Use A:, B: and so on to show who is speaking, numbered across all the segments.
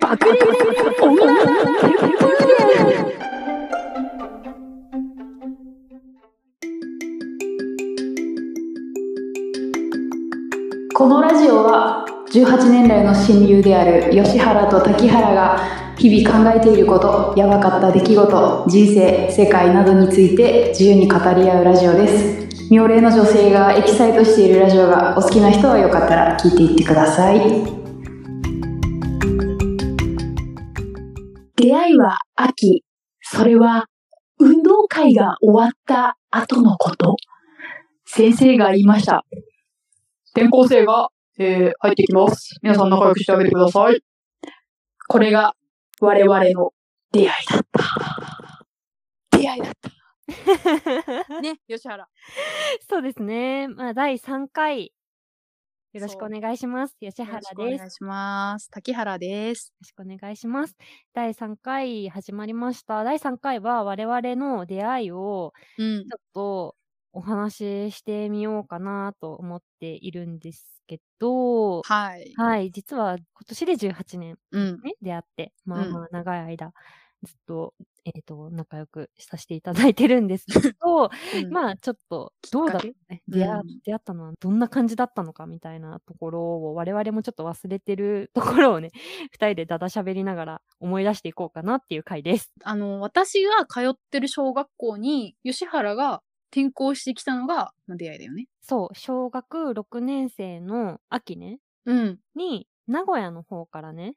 A: 爆裂女結婚
B: このラジオは18年来の親友である吉原と滝原が日々考えていることやばかった出来事人生世界などについて自由に語り合うラジオです妙齢の女性がエキサイトしているラジオがお好きな人はよかったら聞いていってください
A: 出会いは秋。それは運動会が終わった後のこと。先生が言いました。
C: 転校生が、えー、入ってきます。皆さん仲良くしてあげてください。
A: これが我々の出会いだった。出会いだった。ね、吉原。
D: そうですね。まあ、第3回。よろしくお願いします。吉原です。よ
A: お願いします。滝原です。
D: ろしくお願いします。第3回始まりました。第3回は我々の出会いを
A: うん。
D: ちょっとお話ししてみようかなと思っているんですけど、
A: はい。
D: はい、実は今年で18年
A: うん。
D: ね、出会って、まあ
A: うん
D: まあ長い間、ずっと、えっ、と、仲良くさせていただいてるんですけど、
A: あ、
D: まあちょっと、どうだ
A: か
D: っ
A: け
D: たね出会
A: う
D: 出会ったのはどんな感じだったのかみたいなところを、我々もちょっと忘れてるところをね、 二人でだだ喋りながら思い出していこうかなっていう回です。
C: あの、私が通ってる小学校に、吉原が転校してきたのが、まあ、出会いだよね。
D: そう、小学6年生の秋ね、
C: うん。
D: に、名古屋の方からね、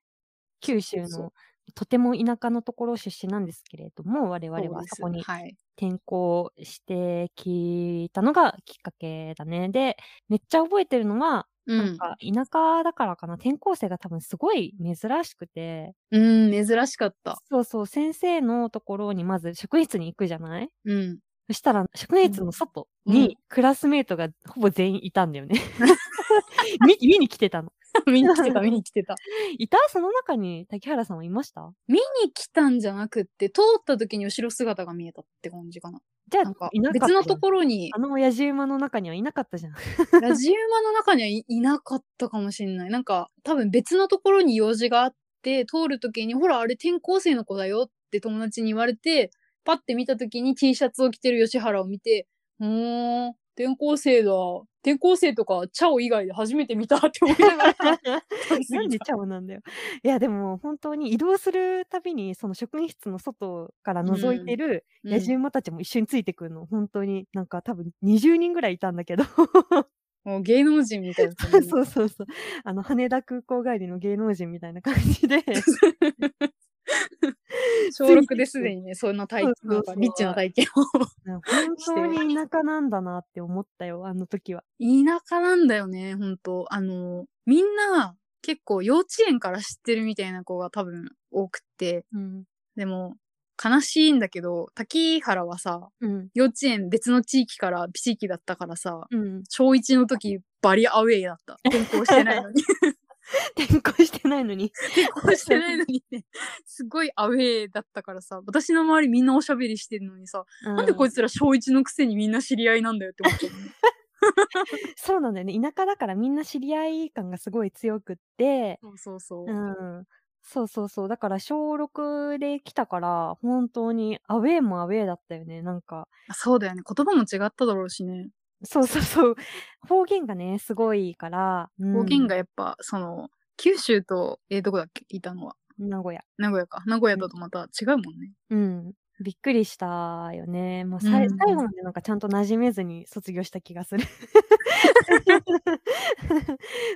D: 九州
C: そうそう
D: のとても田舎のところ出身なんですけれども、我々はそこに
C: はい。
D: 転校してきたのがきっかけだね。で、めっちゃ覚えてるのは、
C: う
D: なん
C: ん。
D: か田舎だからかな、転校生が多分すごい珍しくて、
C: うん、珍しかった。
D: そうそう、先生のところにまず職員室に行くじゃない
C: うん。
D: そしたら、職員室の外
C: うん
D: にクラスメートがほぼ全員いたんだ よね。 見見に来てたの。
C: 見に来てた、見に来てた。
D: いたその中に滝原さんはいました
C: 見に来たんじゃなくって、通った時に後ろ姿が見えたって感じかな。
D: じゃ
C: なん
D: あ
C: か、
D: いなかった
C: 別
D: じゃん
C: のところに、
D: あの親父馬の中にはいなかったじゃん。
C: ラジウマの中にはい、いなかったかもしれない。なんか、多分別のところに用事があって、通るときに、ほら、あれ転校生の子だよって友達に言われて、パッて見たときに T シャツを着てる吉原を見て、うーん、転校生だ。転校生とか、チャオ以外で初めて見たって思いなが ら 通り過ぎた。
D: なんでチャオなんだよ。いや、でも本当に移動するたびに、その職員室の外から覗いてる
C: うん
D: 野獣馬たちも一緒についてくるの。本当に、なんか多分20人ぐらいいたんだけど。
C: もう芸能人みたいな
D: そ
C: 感
D: う
C: じ。
D: そうそう。あの、羽田空港帰りの芸能人みたいな感じ で。
C: 小6ですでにね、そんな体
D: そうそうそ
C: 験、な
D: うん
C: かリッチな体験を。
D: なんか本当に田舎なんだなって思ったよ、あの時は。
C: 田舎なんだよね、ほんと。あの、みんな結構幼稚園から知ってるみたいな子が多分多くて、
D: うん。
C: でも悲しいんだけど、滝原はさ、
D: うん。
C: 幼稚園別の地域から地域だったからさ、
D: うん。
C: 小1の時バリアウェイだった。転校してないのに。
D: 転校してないのに。
C: 転校してないのにね、すごいアウェイだったからさ、私の周りみんなおしゃべりしてるのにさ、なんでこ
D: う
C: いつら小1のくせにみんな知り合いなんだよって思っちゃうね。
D: そうなんだよね。田舎だからみんな知り合い感がすごい強くって。
C: そうそうそう。
D: うんそうそうそう。だから小6で来たから、本当にアウェーもアウェーだったよね。なんか、
C: そうだよね。言葉も違っただろうしね。
D: そうそうそう。 方言がね、すごいから。うん
C: 方言がやっぱ、その、九州と、えーどこだっけいたのは。
D: 名古屋。
C: 名古屋か。名古屋だとまた違うも んね。
D: うん。びっくりしたよね。まあ、さい
C: うん
D: 最後までなんかちゃんと馴染めずに卒業した気がする。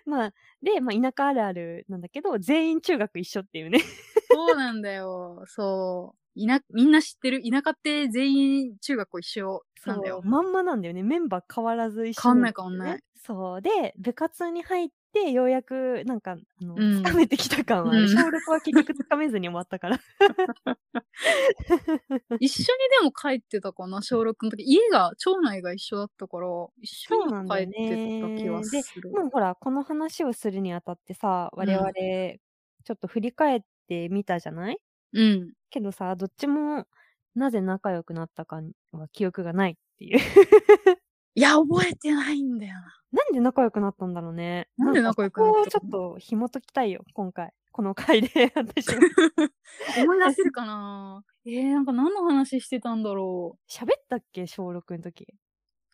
D: まあ、で、まあ、田舎あるあるなんだけど、全員中学一緒っていうね。
C: そうなんだよ。そう。いな、みんな知ってる。田舎って全員中学校一緒なんだよ。
D: まんまなんだよね。メンバー変わらず一緒
C: 変わんない
D: だよ
C: 変わんない。
D: そう。で、部活に入って、ようやく、なんか、あの、
C: うん
D: 掴めてきた感はある。
C: うん
D: 小6は結局掴めずに終わったから。
C: 一緒にでも帰ってたか な、小6の時。家が、町内が一緒だったから、一緒
D: そうなん
C: に
D: だ
C: 帰
D: よ
C: っ
D: ね
C: てた気はする。
D: もうほら、この話をするにあたってさ、我々、ちょっと振り返ってみたじゃない
C: うん。
D: けどさ、どっちも、なぜ仲良くなったかは記憶がないっていう。
C: いや、覚えてないんだよな。
D: なんで仲良くなったんだろうね。
C: なんで仲良くなったの
D: んかここをちょっと紐解きたいよ、今回。この回で、 私 も。
C: 思い出せるかな えー、なんか何の話してたんだろう。
D: 喋ったっけ小6の時。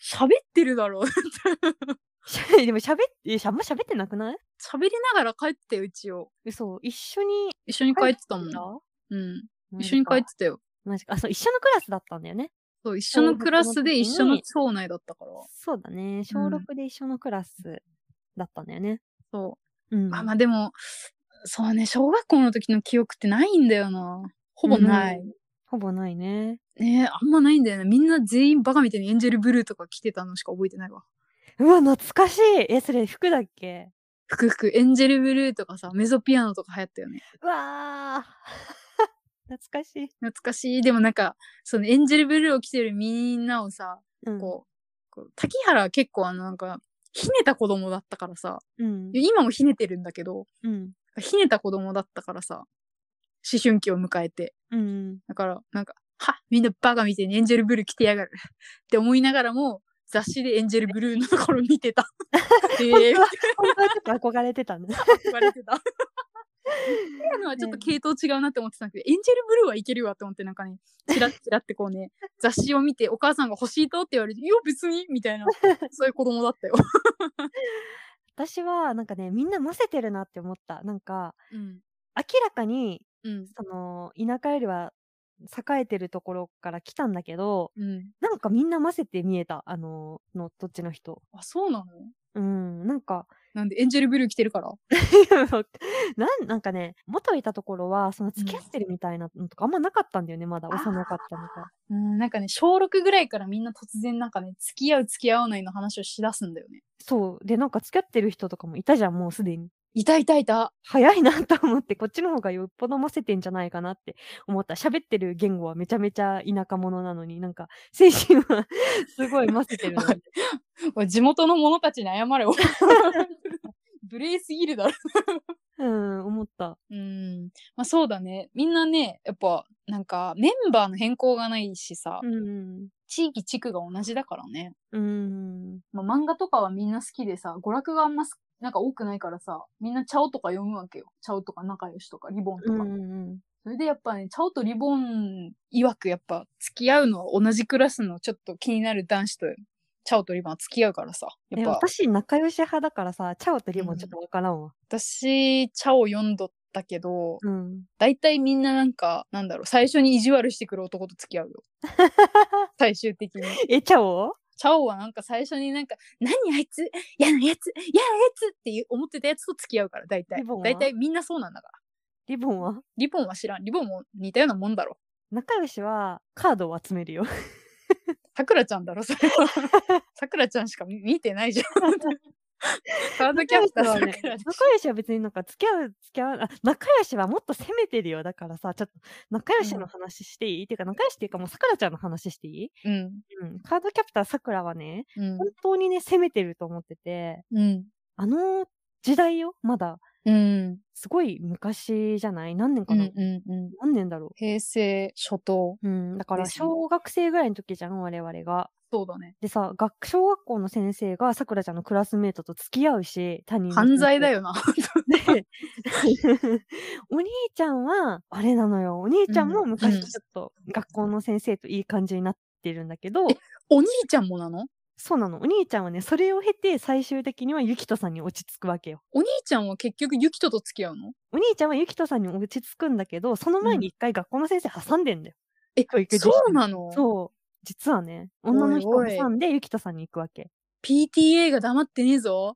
C: 喋ってるだろう。
D: しゃ でも喋って、しゃあんま喋ってなくない
C: 喋りながら帰ってよ、一応。
D: 嘘。一緒に。
C: 一緒に帰ってたもん。うん。一緒に帰っててたよ。
D: マジか。あ、そう、一緒のクラスだったんだよね。
C: そう、一緒のクラスで一緒
D: そう
C: の
D: 僕
C: 町内だったから。
D: そうだね。小
C: うん
D: 6で一緒のクラスだったんだよね。
C: そうう。
D: ん。
C: あ、まあでも、そうね、小学校の時の記憶ってないんだよな。ほぼない。
D: うんほぼないね。
C: ねえあんまないんだよね。みんな全員バカみたいにエンジェルブルーとか着てたのしか覚えてないわ。
D: うわ、懐かしい。え、それ服だっけ
C: 服服、エンジェルブルーとかさ、メゾピアノとか流行ったよね。
D: うわー。 懐かしい。
C: 懐かしい。でもなんか、そのエンジェルブルーを着てるみんなをさ、
D: うん。
C: こう、こう滝原は結構あのなんか、ひねた子供だったからさ、
D: うん。
C: 今もひねてるんだけど、
D: うん。
C: ひねた子供だったからさ、思春期を迎えて。
D: うん。
C: だから、なんか、はみんなバカみたいにエンジェルブルー着てやがる。 って思いながらも、雑誌でエンジェルブルーのところ見て た。ええー、
D: 本当はちょっと憧れてたね。
C: 言われてた。今のはちょっと系統違うなって思ってたんだけど、エンジェルブルーはいけるわって思って、なんかね、チラッチラってこうね、雑誌を見て、お母さんが欲しいとって言われて、いや、別にみたいな、そういう子供だったよ。
D: 私は、なんかね、みんな混ぜてるなって思った。なんか、
C: うん。
D: 明らかに、
C: うん。
D: その、田舎よりは、栄えてるところから来たんだけど、
C: うん。
D: なんかみんな混ぜて見えた、あの、の、どっちの人。
C: あ、そうなの
D: うん、なんか、
C: なんで、エンジェルブルー着てるから。
D: なん、なんかね、元いたところは、その付き合ってるみたいなのとかあんまなかったんだよね、まだ
C: あー
D: 幼かったのか。
C: うん、なんかね、小6ぐらいからみんな突然なんかね、付き合う付き合わないの話をしだすんだよね。
D: そう。で、なんか付き合ってる人とかもいたじゃん、もうすでに。
C: いたいたいた。
D: 早いなと思って、こっちの方がよっぽどませてんじゃないかなって思った。喋ってる言語はめちゃめちゃ田舎者なのに、なんか、精神は すごいませてるのに。
C: おい地元の者たちに謝れ、おい 無礼すぎるだろ。
D: うん、思った。
C: うん。まあそうだね。みんなね、やっぱ、なんか、メンバーの変更がないしさ、
D: うん。
C: 地域、地区が同じだからね。
D: うん。
C: まあ漫画とかはみんな好きでさ、娯楽があんます、なんか多くないからさ、みんなチャオとか読むわけよ。チャオとか仲良しとか、リボンと
D: う
C: か。
D: ん。
C: それでやっぱね、チャオとリボン曰くやっぱ、付き合うのは同じクラスのちょっと気になる男子と、チャオとリボンは付き合うからさ。や
D: え、
C: っぱ、
D: 私、仲良し派だからさ、チャオとリボンちょっとわからんわ。
C: 私、チャオ読んどったけど、
D: うん。
C: 大体みんななんか、なんだろう、最初に意地悪してくる男と付き合 うよ。最終的に。
D: え、チャオ
C: チャオはなんか最初になんか、何あいつ嫌なやつ嫌なやつっていう思ってたやつと付き合うから、大体
D: リボン。は
C: 大体みんなそうなんだから。
D: リボンは
C: リボンは知らん。リボンも似たようなもんだろ。
D: 仲良しはカードを集めるよ。
C: さくらちゃんだろ、そ れは。さくらちゃんしか見見てない じゃん。カードキャプター
D: 仲良しは
C: さ
D: ね
C: くらでしょ
D: 仲良しは別になんか付き合う、付き合わない。あ仲良しはもっと攻めてるよ。だからさ、ちょっと仲良しの話していい、っていうか、仲良しっていうかもうさくらちゃんの話していい
C: うん。
D: うん。カードキャプターさくらはね、
C: うん
D: 本。当にね、攻めてると思ってて、
C: うん。
D: あの時代よ、まだ。
C: うん。
D: すごい昔じゃない何年
C: う
D: か
C: ん。
D: な、
C: うん。
D: 何年だろ
C: 平成初頭。
D: ううん。だから、
C: ですね
D: 小学生ぐらいの時じゃん、我々が。
C: そうだね。
D: でさ、学、小学校の先生がさくらちゃんのクラスメートと付き合うし、他人の
C: 犯罪だ
D: よ
C: よな。
D: で お兄ちゃんは、あれなのよ。お兄ちゃんも
C: うんう
D: 昔
C: ん
D: ちょっと学校の先生といい感じになってるんだけど、
C: お兄ちゃんもなの
D: そうなの。お兄ちゃんはね、それを経て最終的にはゆきとさんに落ち着くわけよ。
C: お兄ちゃんは結局ユキトと付き合うの
D: お兄ちゃんはゆきとさんに落ち着くんだけど、その前に一回学校の先生挟んでんだよ。
C: え
D: 教育実習
C: そうなの
D: そう。実はね、女の人を
C: おいおい
D: 挟んでゆきとさんに行くわけ。
C: PTA が黙ってねえ ぞ。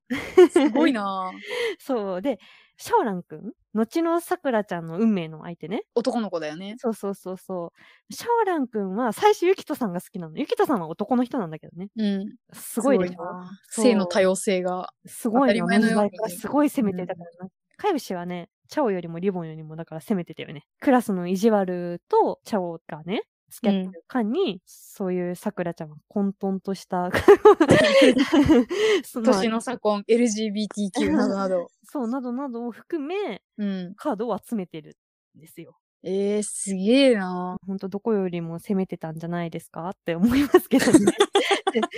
C: すごいなぁ
D: そう。で、シャオランくん後のさくらちゃんの運命の相手ね。
C: 男の子だよね。
D: そうそうそうそう。シャオランくんは最初ユキトさんが好きなの。ユキトさんは男の人なんだけどね。
C: うん。
D: すごいでしょ
C: な
D: そう
C: 性の多様性が。
D: すごい
C: 当
D: よ。
C: たり前のよう
D: 同
C: に
D: じ代からすごい攻めて
C: う
D: る。
C: ん
D: だからな、かよしはね、チャオよりもリボンよりもだから攻めてたよね。クラスの意地悪とチャオがね、付き合ってる間に、そういうさくらちゃんが混沌と した、 その
C: 年の差婚、LGBTQ などなど。
D: そう、などなどを含め、
C: うん。
D: カードを集めてるんですよ。
C: えー、すげえな
D: 本当どこよりも攻めてたんじゃないですかって思いますけどね。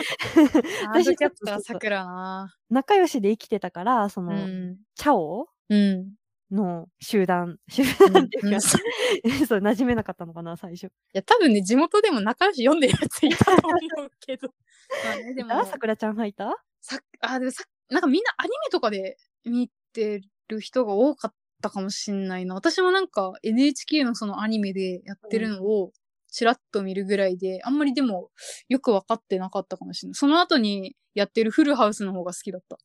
C: ハードキャットは桜な
D: 仲良しで生きてたから、そうの、
C: ん。
D: チャオ
C: うん。
D: の集団、集
C: う ん
D: 団っていう
C: うん
D: か、 そう、馴染めなかったのかな、最初。
C: いや、多分ね、地元でも仲良し読んでるやついたと思う けど。まあね、でも、
D: あ、さくらちゃん入った
C: さあ、でもさ、なんかみんなアニメとかで見てる人が多かったかもしんないな。私もなんか NHK のそのアニメでやってるのをちらっと見るぐらいで、あんまりでもよくわかってなかったかもしんない。その後にやってるフルハウスの方が好きだった。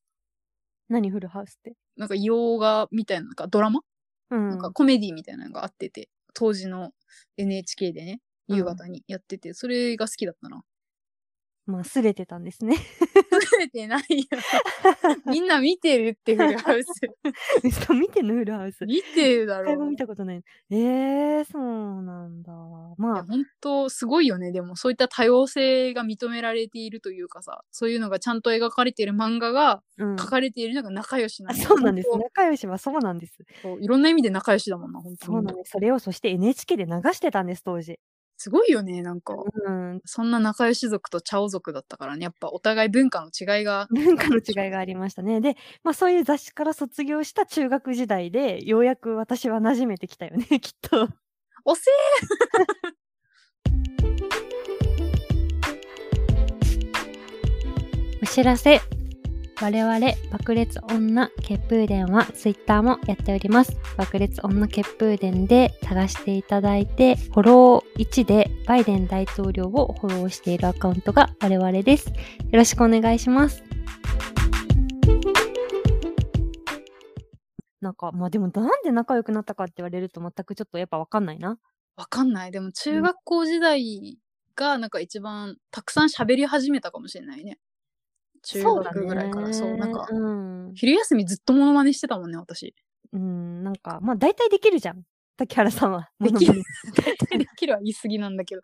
D: 何フルハウスって。
C: なんか洋画みたいな、なんかドラマ、
D: うん。
C: なんかコメディみたいなのがあってて、当時の NHK でね、夕方にやってて、それが好きだったな。
D: まあ、すれてたんですね。
C: 食べてない よ。みんな見てるってフルハウス。
D: 嘘見てんの、フルハウス。
C: 見てるだ
D: 一
C: ろ
D: 回
C: う。
D: も見たことない。ええー、そうなんだ。
C: い
D: ま
C: や
D: あ、
C: 本当すごいよねでもそういった多様性が認められているというかさそういうのがちゃんと描かれている漫画が
D: うん。
C: 書かれているのが仲良しな
D: あ
C: んだ
D: そうなんです。
C: 本
D: 仲良しはそうなんです。
C: 当そういろんな意味で仲良しだもんな本当
D: そう
C: に
D: なんです。それを、そして NHK で流してたんです、当時。
C: すごいよねなんか
D: うん。
C: そんな仲良し族とチャオ族だったからねやっぱお互い文化の違いが
D: 文化の違いがありましたね。で、まあそういう雑誌から卒業した中学時代で、ようやく私は馴染めてきたよね、きっ と。
C: おせ
E: お知らせ我々爆裂女血風伝はツイッターもやっております爆裂女血風伝で探していただいてフォロー1でバイデン大統領をフォローしているアカウントが我々ですよろしくお願いします
D: なんか、まあでもなんで仲良くなったかって言われると全くちょっとやっぱわかんないな。
C: わかんないでも中学校時代がなんか一番たくさん喋り始めたかもしれないね中学ぐらいからそう,、なんか
D: うん。
C: 昼休みずっとモノマネしてたもんね私
D: うん、なんか、まあ大体できるじゃん。竹原さんは。
C: でき
D: も
C: る。大体できるは言い過ぎなんだけど。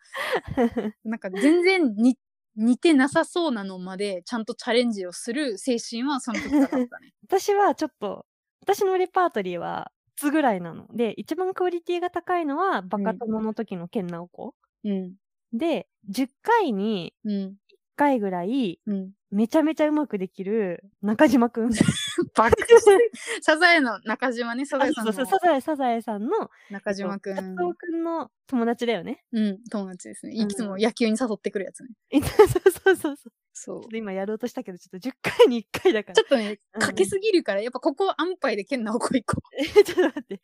C: なんか全然に 似てなさそうなのまで、ちゃんとチャレンジをする精神はその時からあ ったね。
D: 私はちょっと、私のレパートリーは、つぐらいなの。で、一番クオリティが高いのは、バカ殿の時の健直子。
C: うん。
D: で、10回に
C: うん。
D: 1回ぐらい、
C: うん。
D: めちゃめちゃうまくできる中島くん。
C: バカ。 サザエの中島ね、サザエさん
D: あそ
C: の
D: うそうサザエ、サザエさんの、
C: 中島く
D: えっと
C: ん
D: カツ。オくんの友達だよね。
C: うん、友達ですね。
D: う
C: い
D: ん
C: つも野球に誘ってくるやつね。
D: えそうそうそうそう。
C: そ
D: ち
C: う
D: ょっ。と今やろうとしたけど、ちょっと10回に1回だから
C: ちょ。っとね、
D: うん
C: かけすぎるから、やっぱここは安牌で剣なおこ行こう。
D: え ちょっと待って。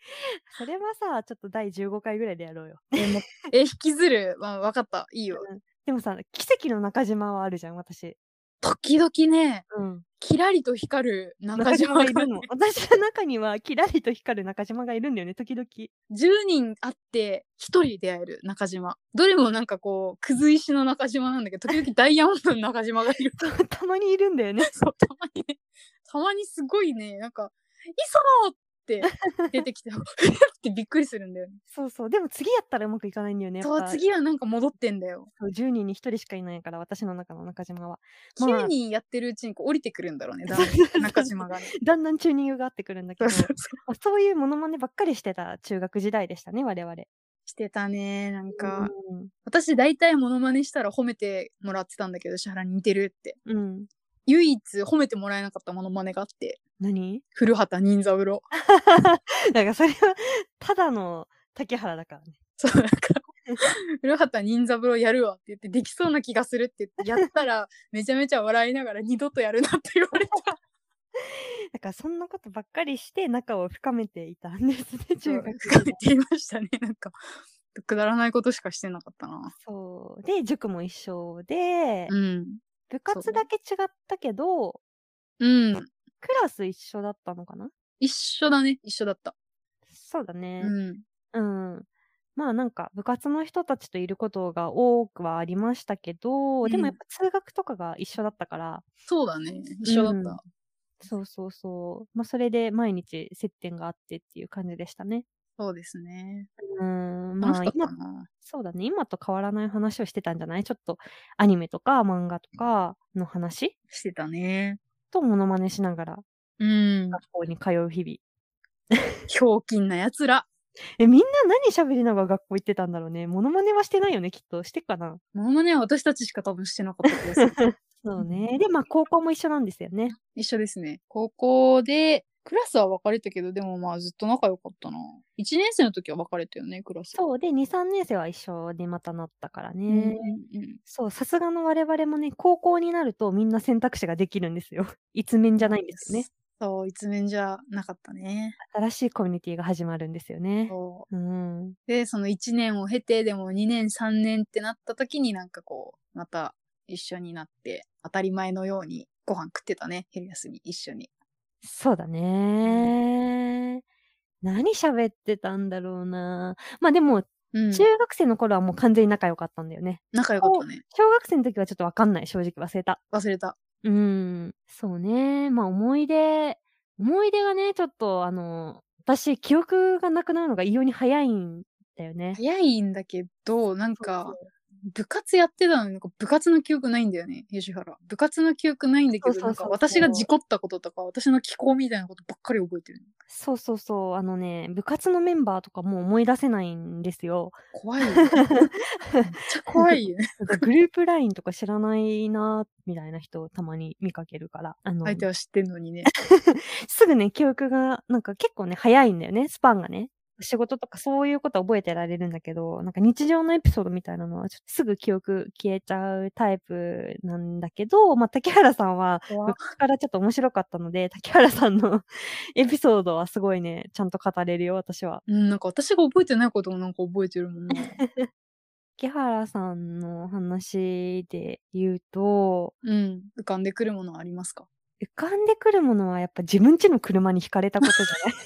D: それはさ、ちょっと第15回ぐらいでやろうよ。
C: えもうえ、引きずる。まあ、わかった。いいよ。
D: でもさ、奇跡の中島はあるじゃん、私。
C: 時々ね、
D: うん。
C: キラリと光る中
D: 中島
C: 島
D: が
C: が
D: い
C: い
D: る
C: る
D: の
C: の。。
D: 私の中には、キラリと光る中島がいるんだよね、時々。
C: 10人あって1人出会える中島どれもなんかこうくず石の中島なんだけど時々ダイヤモンドの中島がいる
D: そうたまにいるんだよね。
C: そうたまにねたまにすごいねなんか「磯野!」って出てきて「え っ!」ってびっくりするんだよね
D: そうそう。でも次やったらうまくいかないんだよね。やっ
C: そう
D: ぱ
C: 次はなんか戻ってんだよ
D: そう10人に1人しかいないから、私の中の中島は。まあ
C: 9人やってるうちにこう降りてくるんだろうねだんだん
D: そうそうそう
C: 中島がね
D: だんだんチューニングが合ってくるんだけ
C: そ
D: ど、
C: うそうそう
D: まあそういうモノマネばっかりしてた中学時代でしたね、我々。
C: してたねなんか、
D: うん
C: 私大体モノマネしたら褒めてもらってたんだけど石原に似てるって
D: うん。
C: 唯一褒めてもらえなかったモノマネがあって
D: 何
C: 古畑任三郎
D: なんかそれは、ただの竹原だからね。
C: そう、なんか、古畑任三郎やるわって言って、できそうな気がするって言って、やったら、めちゃめちゃ笑いながら、二度とやるなって言われた。
D: だからそんなことばっかりして仲を深めていたんですね、 中学時
C: 深
D: 代
C: めて言いましたね、なんか。くだらないことしかしてなかったな。
D: そう。で、塾も一緒で、
C: うん。
D: 部活だけ違ったけど、
C: うん。
D: クラス一緒だったのかな
C: 一緒だね、一緒だった。
D: そうだね。
C: うん。
D: うん。まあなんか部活の人たちといることが多くはありましたけど、でもやっぱ通学とかが一緒だったから、
C: そうだね、一緒だった。
D: そうそうそう。まあそれで毎日接点があってっていう感じでしたね。
C: そうですね。
D: うん。
C: 楽
D: ま
C: し
D: あ
C: かった
D: 今、
C: な。
D: そうだね。今と変わらない話をしてたんじゃないちょっとアニメとか漫画とかの話
C: してたね。
D: とモノマネしながら
C: うん。
D: 学校に通う日々。
C: ひょうきんな奴ら。
D: え、みんな何喋りながら学校行ってたんだろうね。モノマネはしてないよね、きっと。してっかな。
C: ものまねは私たちしか多分してなかった気がする。
D: そうね。で、まあ、高校も一緒なんですよね。
C: 一緒ですね。高校で、クラスは別れたけど、でもまあずっと仲良かったな。1年生の時は別れたよね、クラス。う。
D: そう。で、2、3年生は一緒にまたなったから
C: うんう
D: ね。
C: ん、
D: そう、さすがの我々もね、高校になるとみんな選択肢ができるんですよ。 一面じゃないんですね。。
C: そう、一面じゃなかったね。
D: 新しいコミュニティが始まるんですよね。
C: そう
D: うん。
C: で、その1年を経て、でも2年、3年ってなった時になんかこう、また一緒になって、当たり前のようにご飯食ってたね、昼休み一緒に。
D: そうだね。何喋ってたんだろうな。まあでも、
C: うん。
D: 中学生の頃はもう完全に仲良かったんだよね。
C: 仲良かったね。
D: 小学生の時はちょっとわかんない。正直忘れた。
C: 忘れた。
D: うん。そうね。まあ思い出、思い出がね、ちょっとあの、私、記憶がなくなるのが異様に早いんだよね。
C: 早いんだけど、なんか、部活やってたのに、なんか部活の記憶ないんだよね、吉原。部活の記憶ないんだけ
D: そう
C: ど、
D: そ
C: な
D: うんそう
C: か
D: そう
C: 私が事故ったこととか、私の気候みたいなことばっかり覚えてる。
D: そうそうそう。あのね、部活のメンバーとかもう思い出せないんですよ。
C: 怖い よ。めっちゃ怖いよね。
D: なんかグループ LINE とか知らないな、みたいな人をたまに見かけるから。あの、
C: 相手は知ってんのにね。
D: すぐね、記憶が、なんか結構ね、早いんだよね、スパンがね。仕事とかそういうことは覚えてられるんだけど、なんか日常のエピソードみたいなのは、ちょっとすぐ記憶消えちゃうタイプなんだけど、まあ、竹原さんは、
C: 怖っ
D: 昔からちょっと面白かったので、 竹原さんのエピソードはすごいね、ちゃんと語れるよ、私は。
C: うん、なんか私が覚えてないこともなんか覚えてるもんな。
D: 竹原さんの話で言うと、
C: うん。浮かんでくるものはありますか
D: 浮かんでくるものはやっぱ自分家の車に惹かれたことじゃない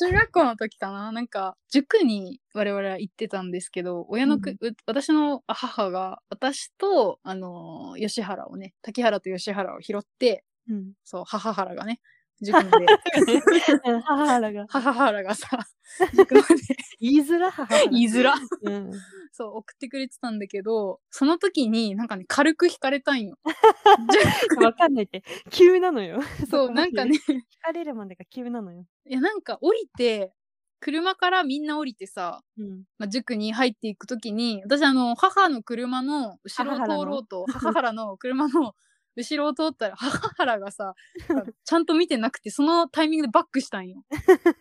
C: 中学校の時かななんか塾に我々は行ってたんですけど親のく、う私の母が私とあのー吉原をね滝原と吉原を拾って
D: うん。
C: そう母原がね塾まで
D: うん母原が。
C: 母原がさ塾まで
D: 言いづら、母原。
C: 言いづら
D: うん。
C: そう送ってくれてたんだけどその時になんかね軽く惹かれたん よ
D: わかんないって。急なのよ。
C: そ
D: こ
C: う
D: ま
C: な
D: で
C: んかね
D: 惹かれるまでが急なのよ。
C: いやなんか降りて車からみんな降りてさ
D: うん。
C: まあ、塾に入っていくときに、私、あの、母の車の後ろを
D: 母原の
C: 通ろうと、 母原の車の後ろを通ったら、母原 がさ、ちゃんと見てなくて、そのタイミングでバックした んよ。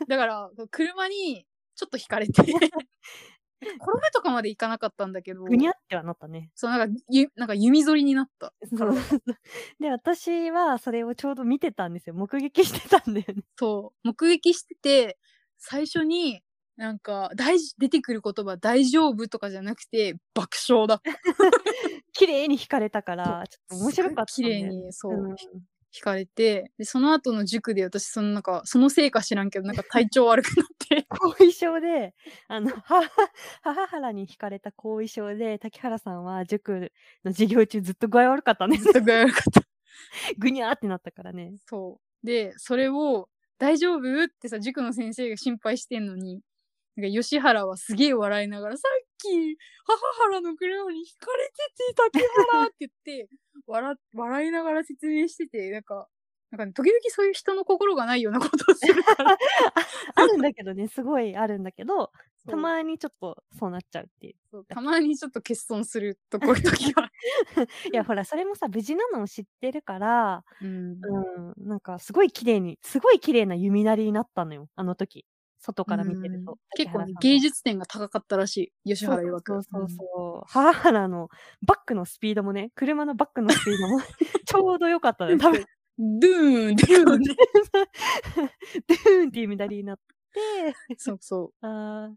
C: だから、車にちょっと引かれて、転ぶとかまでいかなかったんだけど、
D: ぐにゃってはなったね。
C: そう、なんか、ゆなんか弓反りになった。
D: そう。で、私はそれをちょうど見てたんですよ。目撃してたんだよね。
C: そう、目撃してて、最初に、なんか、大事、出てくる言葉、大丈夫とかじゃなくて、爆笑だった。
D: 綺麗に惹かれたから、ちょっと面白かった、
C: 綺
D: ね。
C: 麗。に、そう、
D: うん。
C: 惹かれて、で、その後の塾で私、そのなんか、そのせいか知らんけど、なんか体調悪くな って、
D: 後遺症で、あの、母、母原に惹かれた後遺症で、竹原さんは塾の授業中ずっと具合悪かったね
C: ず。っと具合悪かった。
D: ぐにゃーってなったからね。
C: そう。で、それを、大丈夫ってさ、塾の先生が心配してんのに、なんか吉原はすげえ笑いながら、さっき、母原の車に惹かれてて、竹原って言って、笑っ、笑いながら説明してて、なんか、なんかね、時々そういう人の心がないようなことをするから。
D: あるんだけどね、すごいあるんだけど、た
C: に、
D: まにちょっとそうなっちゃうっていう。
C: そうたまにちょっと欠損するところ、時は。
D: いや、ほら、それもさ、無事なのを知ってるから、
C: うん
D: うん、なんか、すごい綺麗に、すごい綺麗な弓なりになったのよ、あの時。外から見てる
C: うん
D: と。
C: 結構、ね、
D: 竹
C: 芸
D: 原
C: 術点が高かったらしい吉
D: さん
C: 原
D: のそ
C: 曰く
D: うそうそうそう。母原のバックのスピードもね、車のバックのスピード もちょうど良かったのよ。多分、
C: うんドゥーンドゥーン
D: ドゥーンっていうなりになって、
C: そうそ
D: あー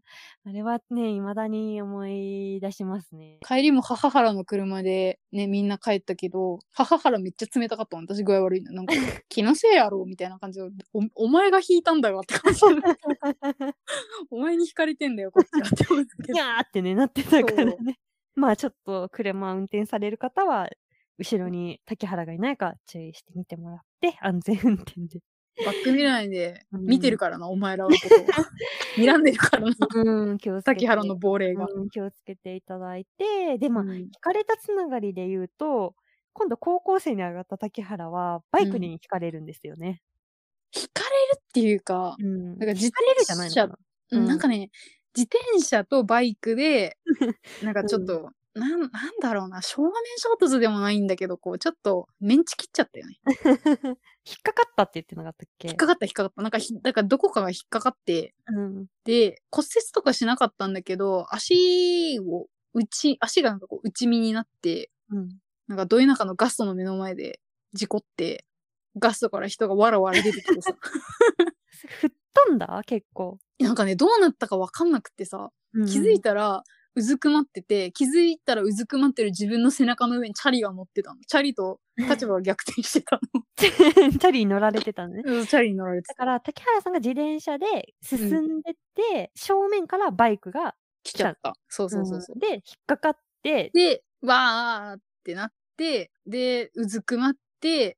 D: あれはね、未だに思い出しますね
C: う。帰りも母原の車でねみんな帰ったけど母原めっちゃ冷たかったの私具合悪いのなん か気のせいやろみたいな感じでおお前が引いたんだよって感じ お前に引かれてんだよこっちはって思ったけ
D: い
C: ど
D: やーってね、なってたから
C: そう
D: ね。 まあちょっと車運転される方は、後ろに竹原がいないか注意してみてもらって、安全運転で。
C: バックミラーで見てるからな、お前らのことを 睨んでるからな
D: うん、 気をつけて。
C: 竹原の亡霊が、
D: うん、気をつけていただいて、で、まあ、
C: う
D: 聞
C: ん
D: かれたつながりで言うと、今度高校生に上がった竹原は、バイクに惹かれるんですよね。
C: 惹かるっていうか、
D: うん。
C: なんか自
D: 惹かれるじゃない
C: 転
D: の
C: 車
D: かな
C: う
D: うん
C: ん、なんかね、自転車とバイクで、なんかちょっと、なん、なんだろうな、正面衝突でもないんだけど、こう、ちょっと、メンチ切っちゃったよね。
D: 引っかかったって言ってなかったっけ
C: 引っかかった、引っかかった。なんかひ、だからどこかが引っかかって、
D: うん。
C: で、骨折とかしなかったんだけど、足を、内、足がなんかこう、内身になって、
D: うん。
C: なんか、ど田舎のガストの目の前で事故って、ガストから人がわらわら出てきてさ、
D: 吹っ飛んだ結構。
C: なんかね、どうなったかわかんなくてさ、気づいたら、うずくまってて、気づいたらうずくまってる自分の背中の上にチャリが乗ってたの。チャリと立場が逆転してた
D: チャリに乗られてたのね。
C: の。うんチャリに乗られて
D: だ
C: た。
D: から、竹原さんが自転車で進んでって、正面からバイクが、
C: 来ちゃった。そうそうそうそう。
D: んで、引っかかって、
C: で、わーってなって、で、うずくまって、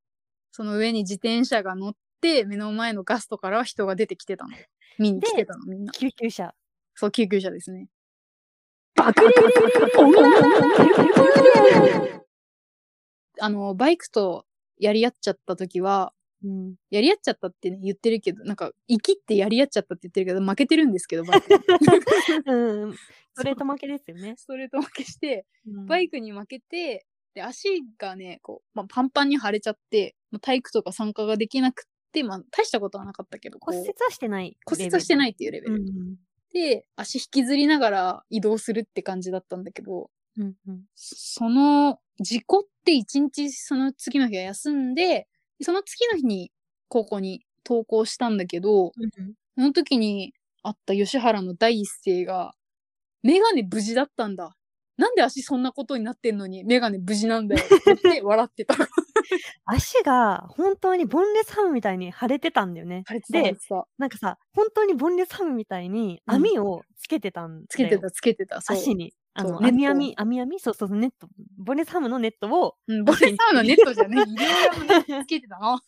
C: その上に自転車が乗って、目の前のガストからは人が出てきてたの。見に来てたの、みんな。
D: 救急車。
C: そう、救急車ですね。
A: バカバカバカ女
C: あの、バイクとやり合っちゃった時は、
D: うん。
C: やり合っちゃったってね、言ってるけど、なんか、生きってやり合っちゃったって言ってるけど、負けてるんですけど、バイ ク。
D: うん。それと負けですよね。
C: ストレート負けして、
D: うん
C: バイクに負けて、で、足がね、こう、まあ、パンパンに腫れちゃって、まあ、体育とか参加ができなくって、まあ、大したことはなかったけど、こう
D: 骨折はしてない。
C: 骨折はして
D: い。
C: ないっていうレベ
D: う
C: ル。
D: ん。
C: で、足引きずりながら移動するって感じだったんだけど、
D: うんうん。
C: その、事故って一日その次の日は休んで、その次の日に高校に登校したんだけど、その時に会った吉原の第一声が、メガネ無事だったんだ。なんで足そんなことになってんのにメガネ無事なんだよって笑ってた。
D: 足が本当にボンレスハムみたいに腫れてたんだよね。
C: あれ
D: で
C: で、さ
D: なんかさ、本当にボンレスハムみたいに
C: うん
D: 網をつけてたんだよ。
C: つけてたつけてた。そう。
D: 足に。あ
C: そう
D: の、
C: ネット
D: 網網、網網そうそうそう、ネット。ボンレスハムのネットを、
C: うん、ボレサウナネットじゃ ね医療用のネットつけてたの。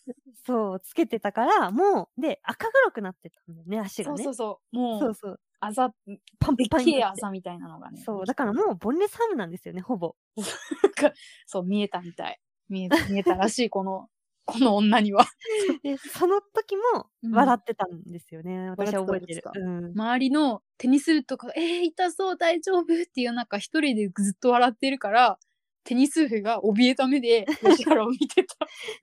D: そう、つけてたから、もう、で、赤黒くなってたんだよね、足
C: そ
D: が
C: う
D: ね。
C: そうそう。も
D: そう
C: う、
D: そう
C: あざ、
D: パン
C: でっ
D: パン
C: け
D: に
C: え
D: な
C: あ
D: って。
C: ざみたいなのがね。
D: そう、だからもう、ボンレスハムなんですよね、ほ ぼ。
C: そう、見えたみたい。見えた、見えたらしい、この、この女には。
D: で、その時も、
C: うん
D: 笑ってたんですよね。私は覚えてる
C: 笑って。
D: うん。
C: 周りのテニス部とか、えー、痛そう、大丈夫っていう中、一人でずっと笑ってるから、テニス部が怯えた目 で、吉原を見てた。
D: い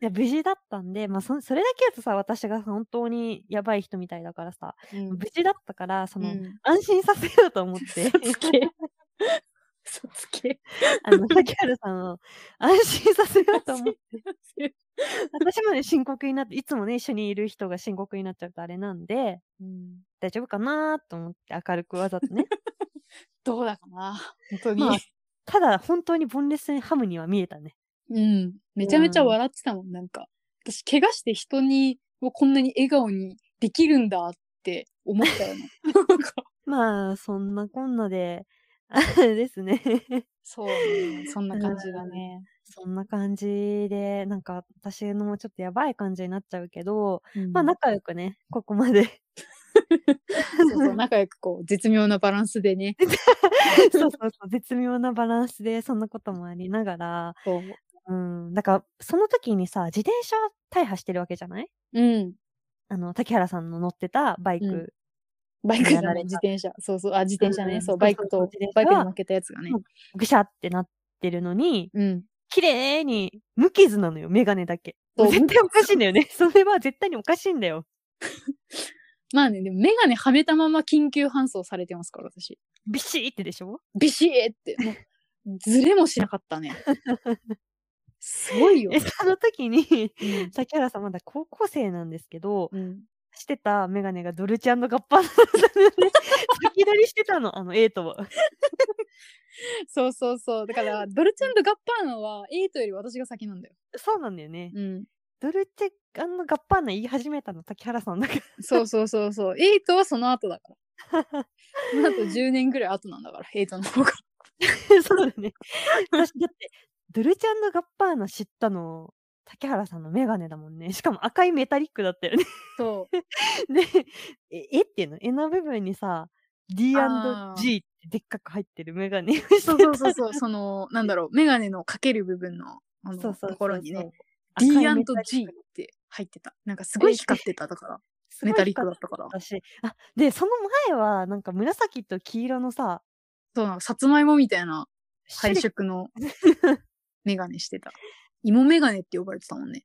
D: や無事だったんで、まあそ、それだけやとさ、私が本当にやばい人みたいだからさ、
C: うん
D: 無事だったから、その、
C: うん
D: 安心させようと思 って、
C: 嘘つけ。嘘つけ。
D: あの、竹原さんを安心させようと思って、私もね、深刻になって、いつもね、一緒にいる人が深刻になっちゃうとあれなんで、
C: うん
D: 大丈夫かなと思って明るくわざと ね。
C: どうだかな。本当に。
D: まあただ、本当にボンレスハムには見えたね。
C: うん。めちゃめちゃ笑ってたもん、なんか。私、怪我して人に、をこんなに笑顔にできるんだって思ったよね。 なんか
D: まあ、そんなこんなで、あれですね。
C: そうね。そんな感じだね。
D: そんな感じで、なんか私のもちょっとやばい感じになっちゃうけど、まあ
C: うん
D: 仲良くね、ここま で。
C: そうそう、仲良くこう、絶妙なバランスでね。
D: そうそうそう、絶妙なバランスで、そんなこともありながら、
C: そう。
D: うん、だからその時にさ、自転車は大破してるわけじゃない
C: うん。
D: あの、竹原さんの乗ってたバイク。
C: バイクじゃ
D: やら
C: な
D: れた
C: い、自転車。そうそう、あ、自転車
D: う
C: ね。
D: んそう
C: そう、
D: そう
C: バイク
D: そう
C: と
D: 自転、車
C: バイクに
D: は
C: 負けたやつがね
D: う。んぐしゃってなってるのに、
C: うん。
D: 綺麗に無傷なのよ、メガネだけ。
C: そう
D: 絶対おかしいんだよね。 それは絶対におかしいんだよ。
C: まあね、でもメガネはめたまま緊急搬送されてますから、私。
D: ビシーってでしょ
C: ビシーって、もう、ずれもしなかったね。すごいよ
D: え、。その時に、
C: うん
D: 竹原さんまだ高校生なんですけど、
C: うん。
D: してたメガネがドルチェガッパーナだったのよね。 先取りしてたの、あの、エイトは。
C: そうそうそう。だから、ドルチェンドガッパーナは、エイトより私が先なんだよ。
D: そうなんだよね。
C: うん。
D: ドルチェガッパーナ言い始めたの竹原さんだから。
C: そうそうそうそう。エイトはその後だから。 その後10年ぐらい後なんだから、エイトの方が。
D: そうだね。私、だって、ドルチェガッパーナ知ったの、竹原さんのメガネだもんね。しかも赤いメタリックだったよね。
C: そう。
D: で、え、えっていうの絵の部分にさ、D&G
C: あー
D: ってでっかく入ってるメガネをしてた。
C: そうそうそ うそう、その、なんだろう、メガネのかける部分の、あの、ところにね、
D: 赤いメタリック
C: D&G って入ってた。なんかすごい光ってた、だから。
D: すごい
C: メタリックだったから。
D: 私。あ、で、その前は、なんか紫と黄色のさ、
C: そうなの、さつまいもみたいな
D: 種
C: 配
D: 類
C: 色のメガネしてた。芋メガネって呼ばれてたもんね。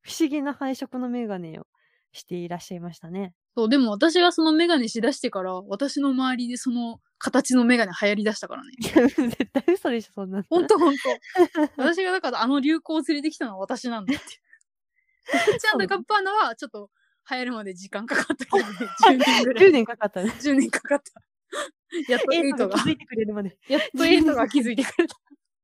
D: 不思議な配色のメガネをしていらっしゃいました ね。
C: そう、でも私がそのメガネしだしてから、私の周りでその形のメガネ流行りだしたからね。
D: 絶対嘘でしょ、そんなの。
C: ほんとほんと。私がだからあの流行を連れてきたのは私なんだって。ちゃんとカッパーナはちょっと流行るまで時間かかったけどね。10年ぐら い。
D: 10年かかったね。
C: 10年かかった。やっとエイトが
D: 気、づいてくれるまで。
C: やっとエイトが気づいてくれた。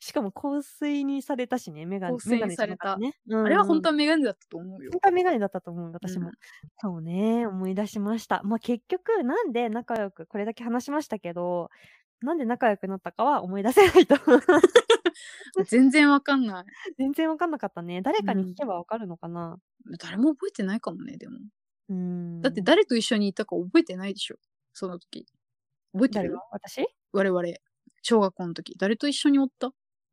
D: しかも香水にされたしね、メガネ。
C: 香水に
D: メガネじゃなかったね。
C: あれは本当
D: は
C: はメガネだったと思うよ
D: 本。当はメガネだったと思う、私も。
C: うん
D: そうね、思い出しました。まあ結局、なんで仲良く、これだけ話しましたけど、なんで仲良くなったかは思い出せないと。
C: 全然わかんない。
D: 全然わかんなかったね。誰かに
C: うん
D: 聞けばわかるのかな。
C: 誰も覚えてないかもね、でも。
D: うん。
C: だって、誰と一緒にいたか覚えてないでしょ。その時。覚えて
D: 誰
C: る
D: が私い
C: 我々。小学校の時。誰と一緒におった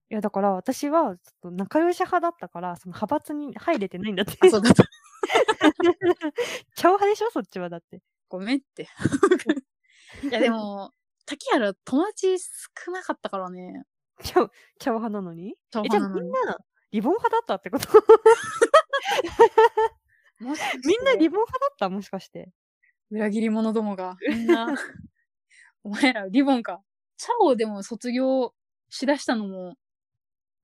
D: や、だから私は、ちょっと仲良し派だったから、その派閥に入れてないんだって。
C: あ、そうだった。
D: 超派でしょそっ ちはだって。
C: ごめんって。いや、で も、滝原友達少なかったからね。
D: 超、超派なのに
C: 超
D: え、じゃ
C: 派
D: あ
C: な
D: み
C: のに
D: んな、リボン派だったってこと
C: み
D: みんなリボン派だったもしかして。
C: 裏切り者どもが、みんな、お前らリボンか。チャオでも卒業しだしたのも、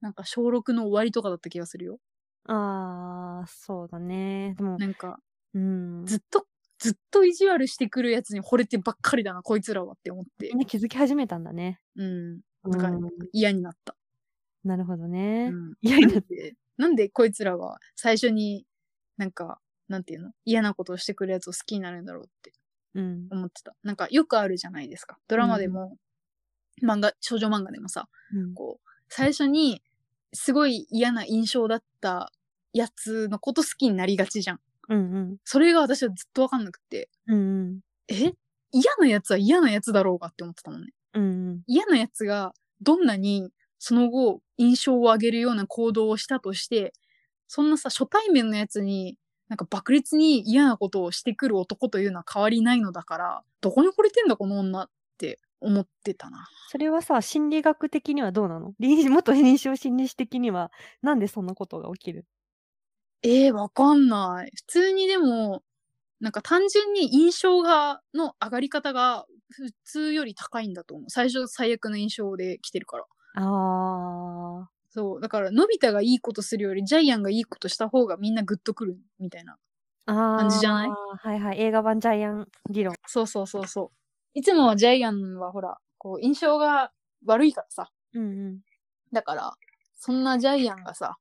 C: なんか小6の終わりとかだった気がするよ。
D: あー、そうだね。でも、
C: なんか、
D: うん。
C: ずっと、ずっと意地悪してくるやつに惚れてばっかりだな、こいつらはって思って
D: みん。な気づき始めたんだね。
C: うん。なんか
D: うん
C: 嫌になった。
D: なるほど
C: う
D: ね。
C: ん。
D: いやい
C: な
D: や
C: んで、なんでこいつらは最初になんか、なんていうの嫌なことをしてくるやつを好きになるんだろうって
D: うん。
C: 思ってた。なんかよくあるじゃないですか。ドラマでも、漫画、少女漫画でもさ、
D: うん
C: こう、最初にすごい嫌な印象だったやつのこと好きになりがちじゃん。
D: うん
C: それが私はずっとわかんなくて、
D: うん。うん
C: え嫌なやつは嫌なやつだろうがって思ってたもんね。
D: うん。うん
C: 嫌なやつがどんなにその後印象を上げるような行動をしたとして、そんなさ、初対面のやつに、なんか爆裂に嫌なことをしてくる男というのは変わりないのだから、どこに惚れてんだこの女って思ってたな。
D: それはさ、心理学的にはどうなの臨 床元臨床心理士的には、なんでそんなことが起きる
C: ええわかんない。普通にでも、なんか単純に印象が、の上がり方が普通より高いんだと思う。最初最悪の印象で来てるから。
D: あ
C: そう。だから、のび太がいいことするより、ジャイアンがいいことした方がみんなグッとくるみたいな。
D: ー。あー。
C: じじゃない
D: はいはい。映画版ジャイアン理論。
C: そうそうそうそう。いつもはジャイアンはほら、こう、印象が悪いからさ。
D: うんうん。
C: だから、そんなジャイアンがさ、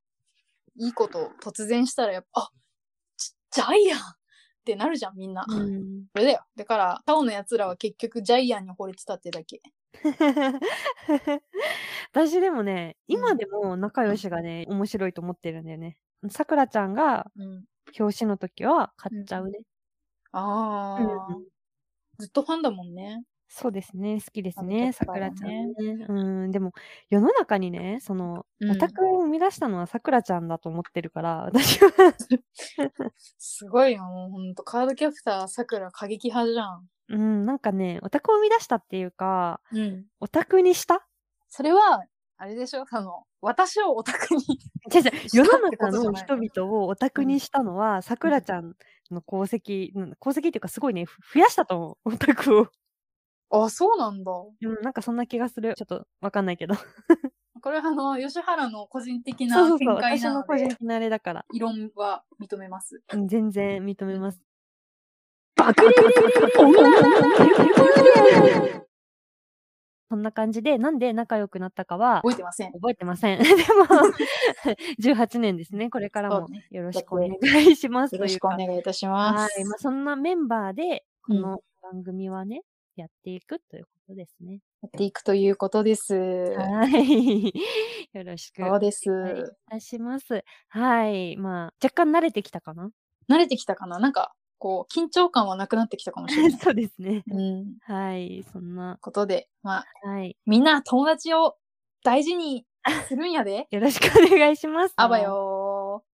C: いいことを突然したらやっぱ、あジジャイアンってなるじゃん、みんな。
D: うん
C: それだよ。だから、タオの奴らは結局ジャイアンに惚れてたってだけ。
D: 私でもね、
C: う
D: 今
C: ん
D: でも仲良しがね、面白いと思ってるんだよね。さくらちゃんが
C: うん。
D: 表紙の時は買っちゃうね。
C: ああ、
D: うん
C: ずっとファンだもんね。
D: そうですね、好きです
C: あ
D: ね、
C: の時
D: さ
C: か
D: く
C: ら
D: ら
C: ね
D: ちゃんね。うん、でも世の中にね、その、
C: うん
D: オタクを生み出したのはさくらちゃんだと思ってるから、私は。
C: すごいよ、もうほんと。カードキャプター、さくら、過激派じゃん。
D: うん、なんかね、オタクを生み出したっていうか、
C: うん。
D: オタクにした
C: それは、あれでしょその、私をオタクに。
D: 違う違う
C: し
D: 世
C: た
D: の
C: ってこ
D: 中
C: とじ
D: の
C: ゃない
D: 人々をオタクにしたのは、さくらちゃんの功績、うん功績っていうかすごいね、ふ増やしたと思う、オタクを。
C: あ、そうなんだ。
D: うん、なんかそんな気がする。ちょっとわかんないけど。そう
C: これはあの、吉原の個人的
D: そ
C: な
D: うそう。
C: 見解
D: 私
C: なの
D: の
C: で、
D: 個人的なあれだから。
C: 異論は認めます。
D: うん全然認めます。
A: 爆裂女
D: そんな感じで、なんで仲良くなったかは、
C: 覚えてません。
D: 覚えてません。で も、18年ですね。これから
C: そ
D: も
C: うね
D: よろしくお願いします。
C: よろしくお願いいたし
D: というか
C: ま
D: はい。
C: す
D: まあ、。そんなメンバーで、こ
C: うん
D: の番組はね、やっていくということですね。
C: やっていくということです。
D: はい。 よろしく。
C: そうです。
D: はいいたします。はい。まあ、若干慣れてきたかな
C: 慣れてきたかななんか、こう、緊張感はなくなってきたかもしれな い。
D: そうですね。
C: うん。
D: はい。そんな、
C: ことで、まあ、
D: はい。
C: みんな友達を大事にするんやで
D: 。よろしくお願いします。
C: あばよー。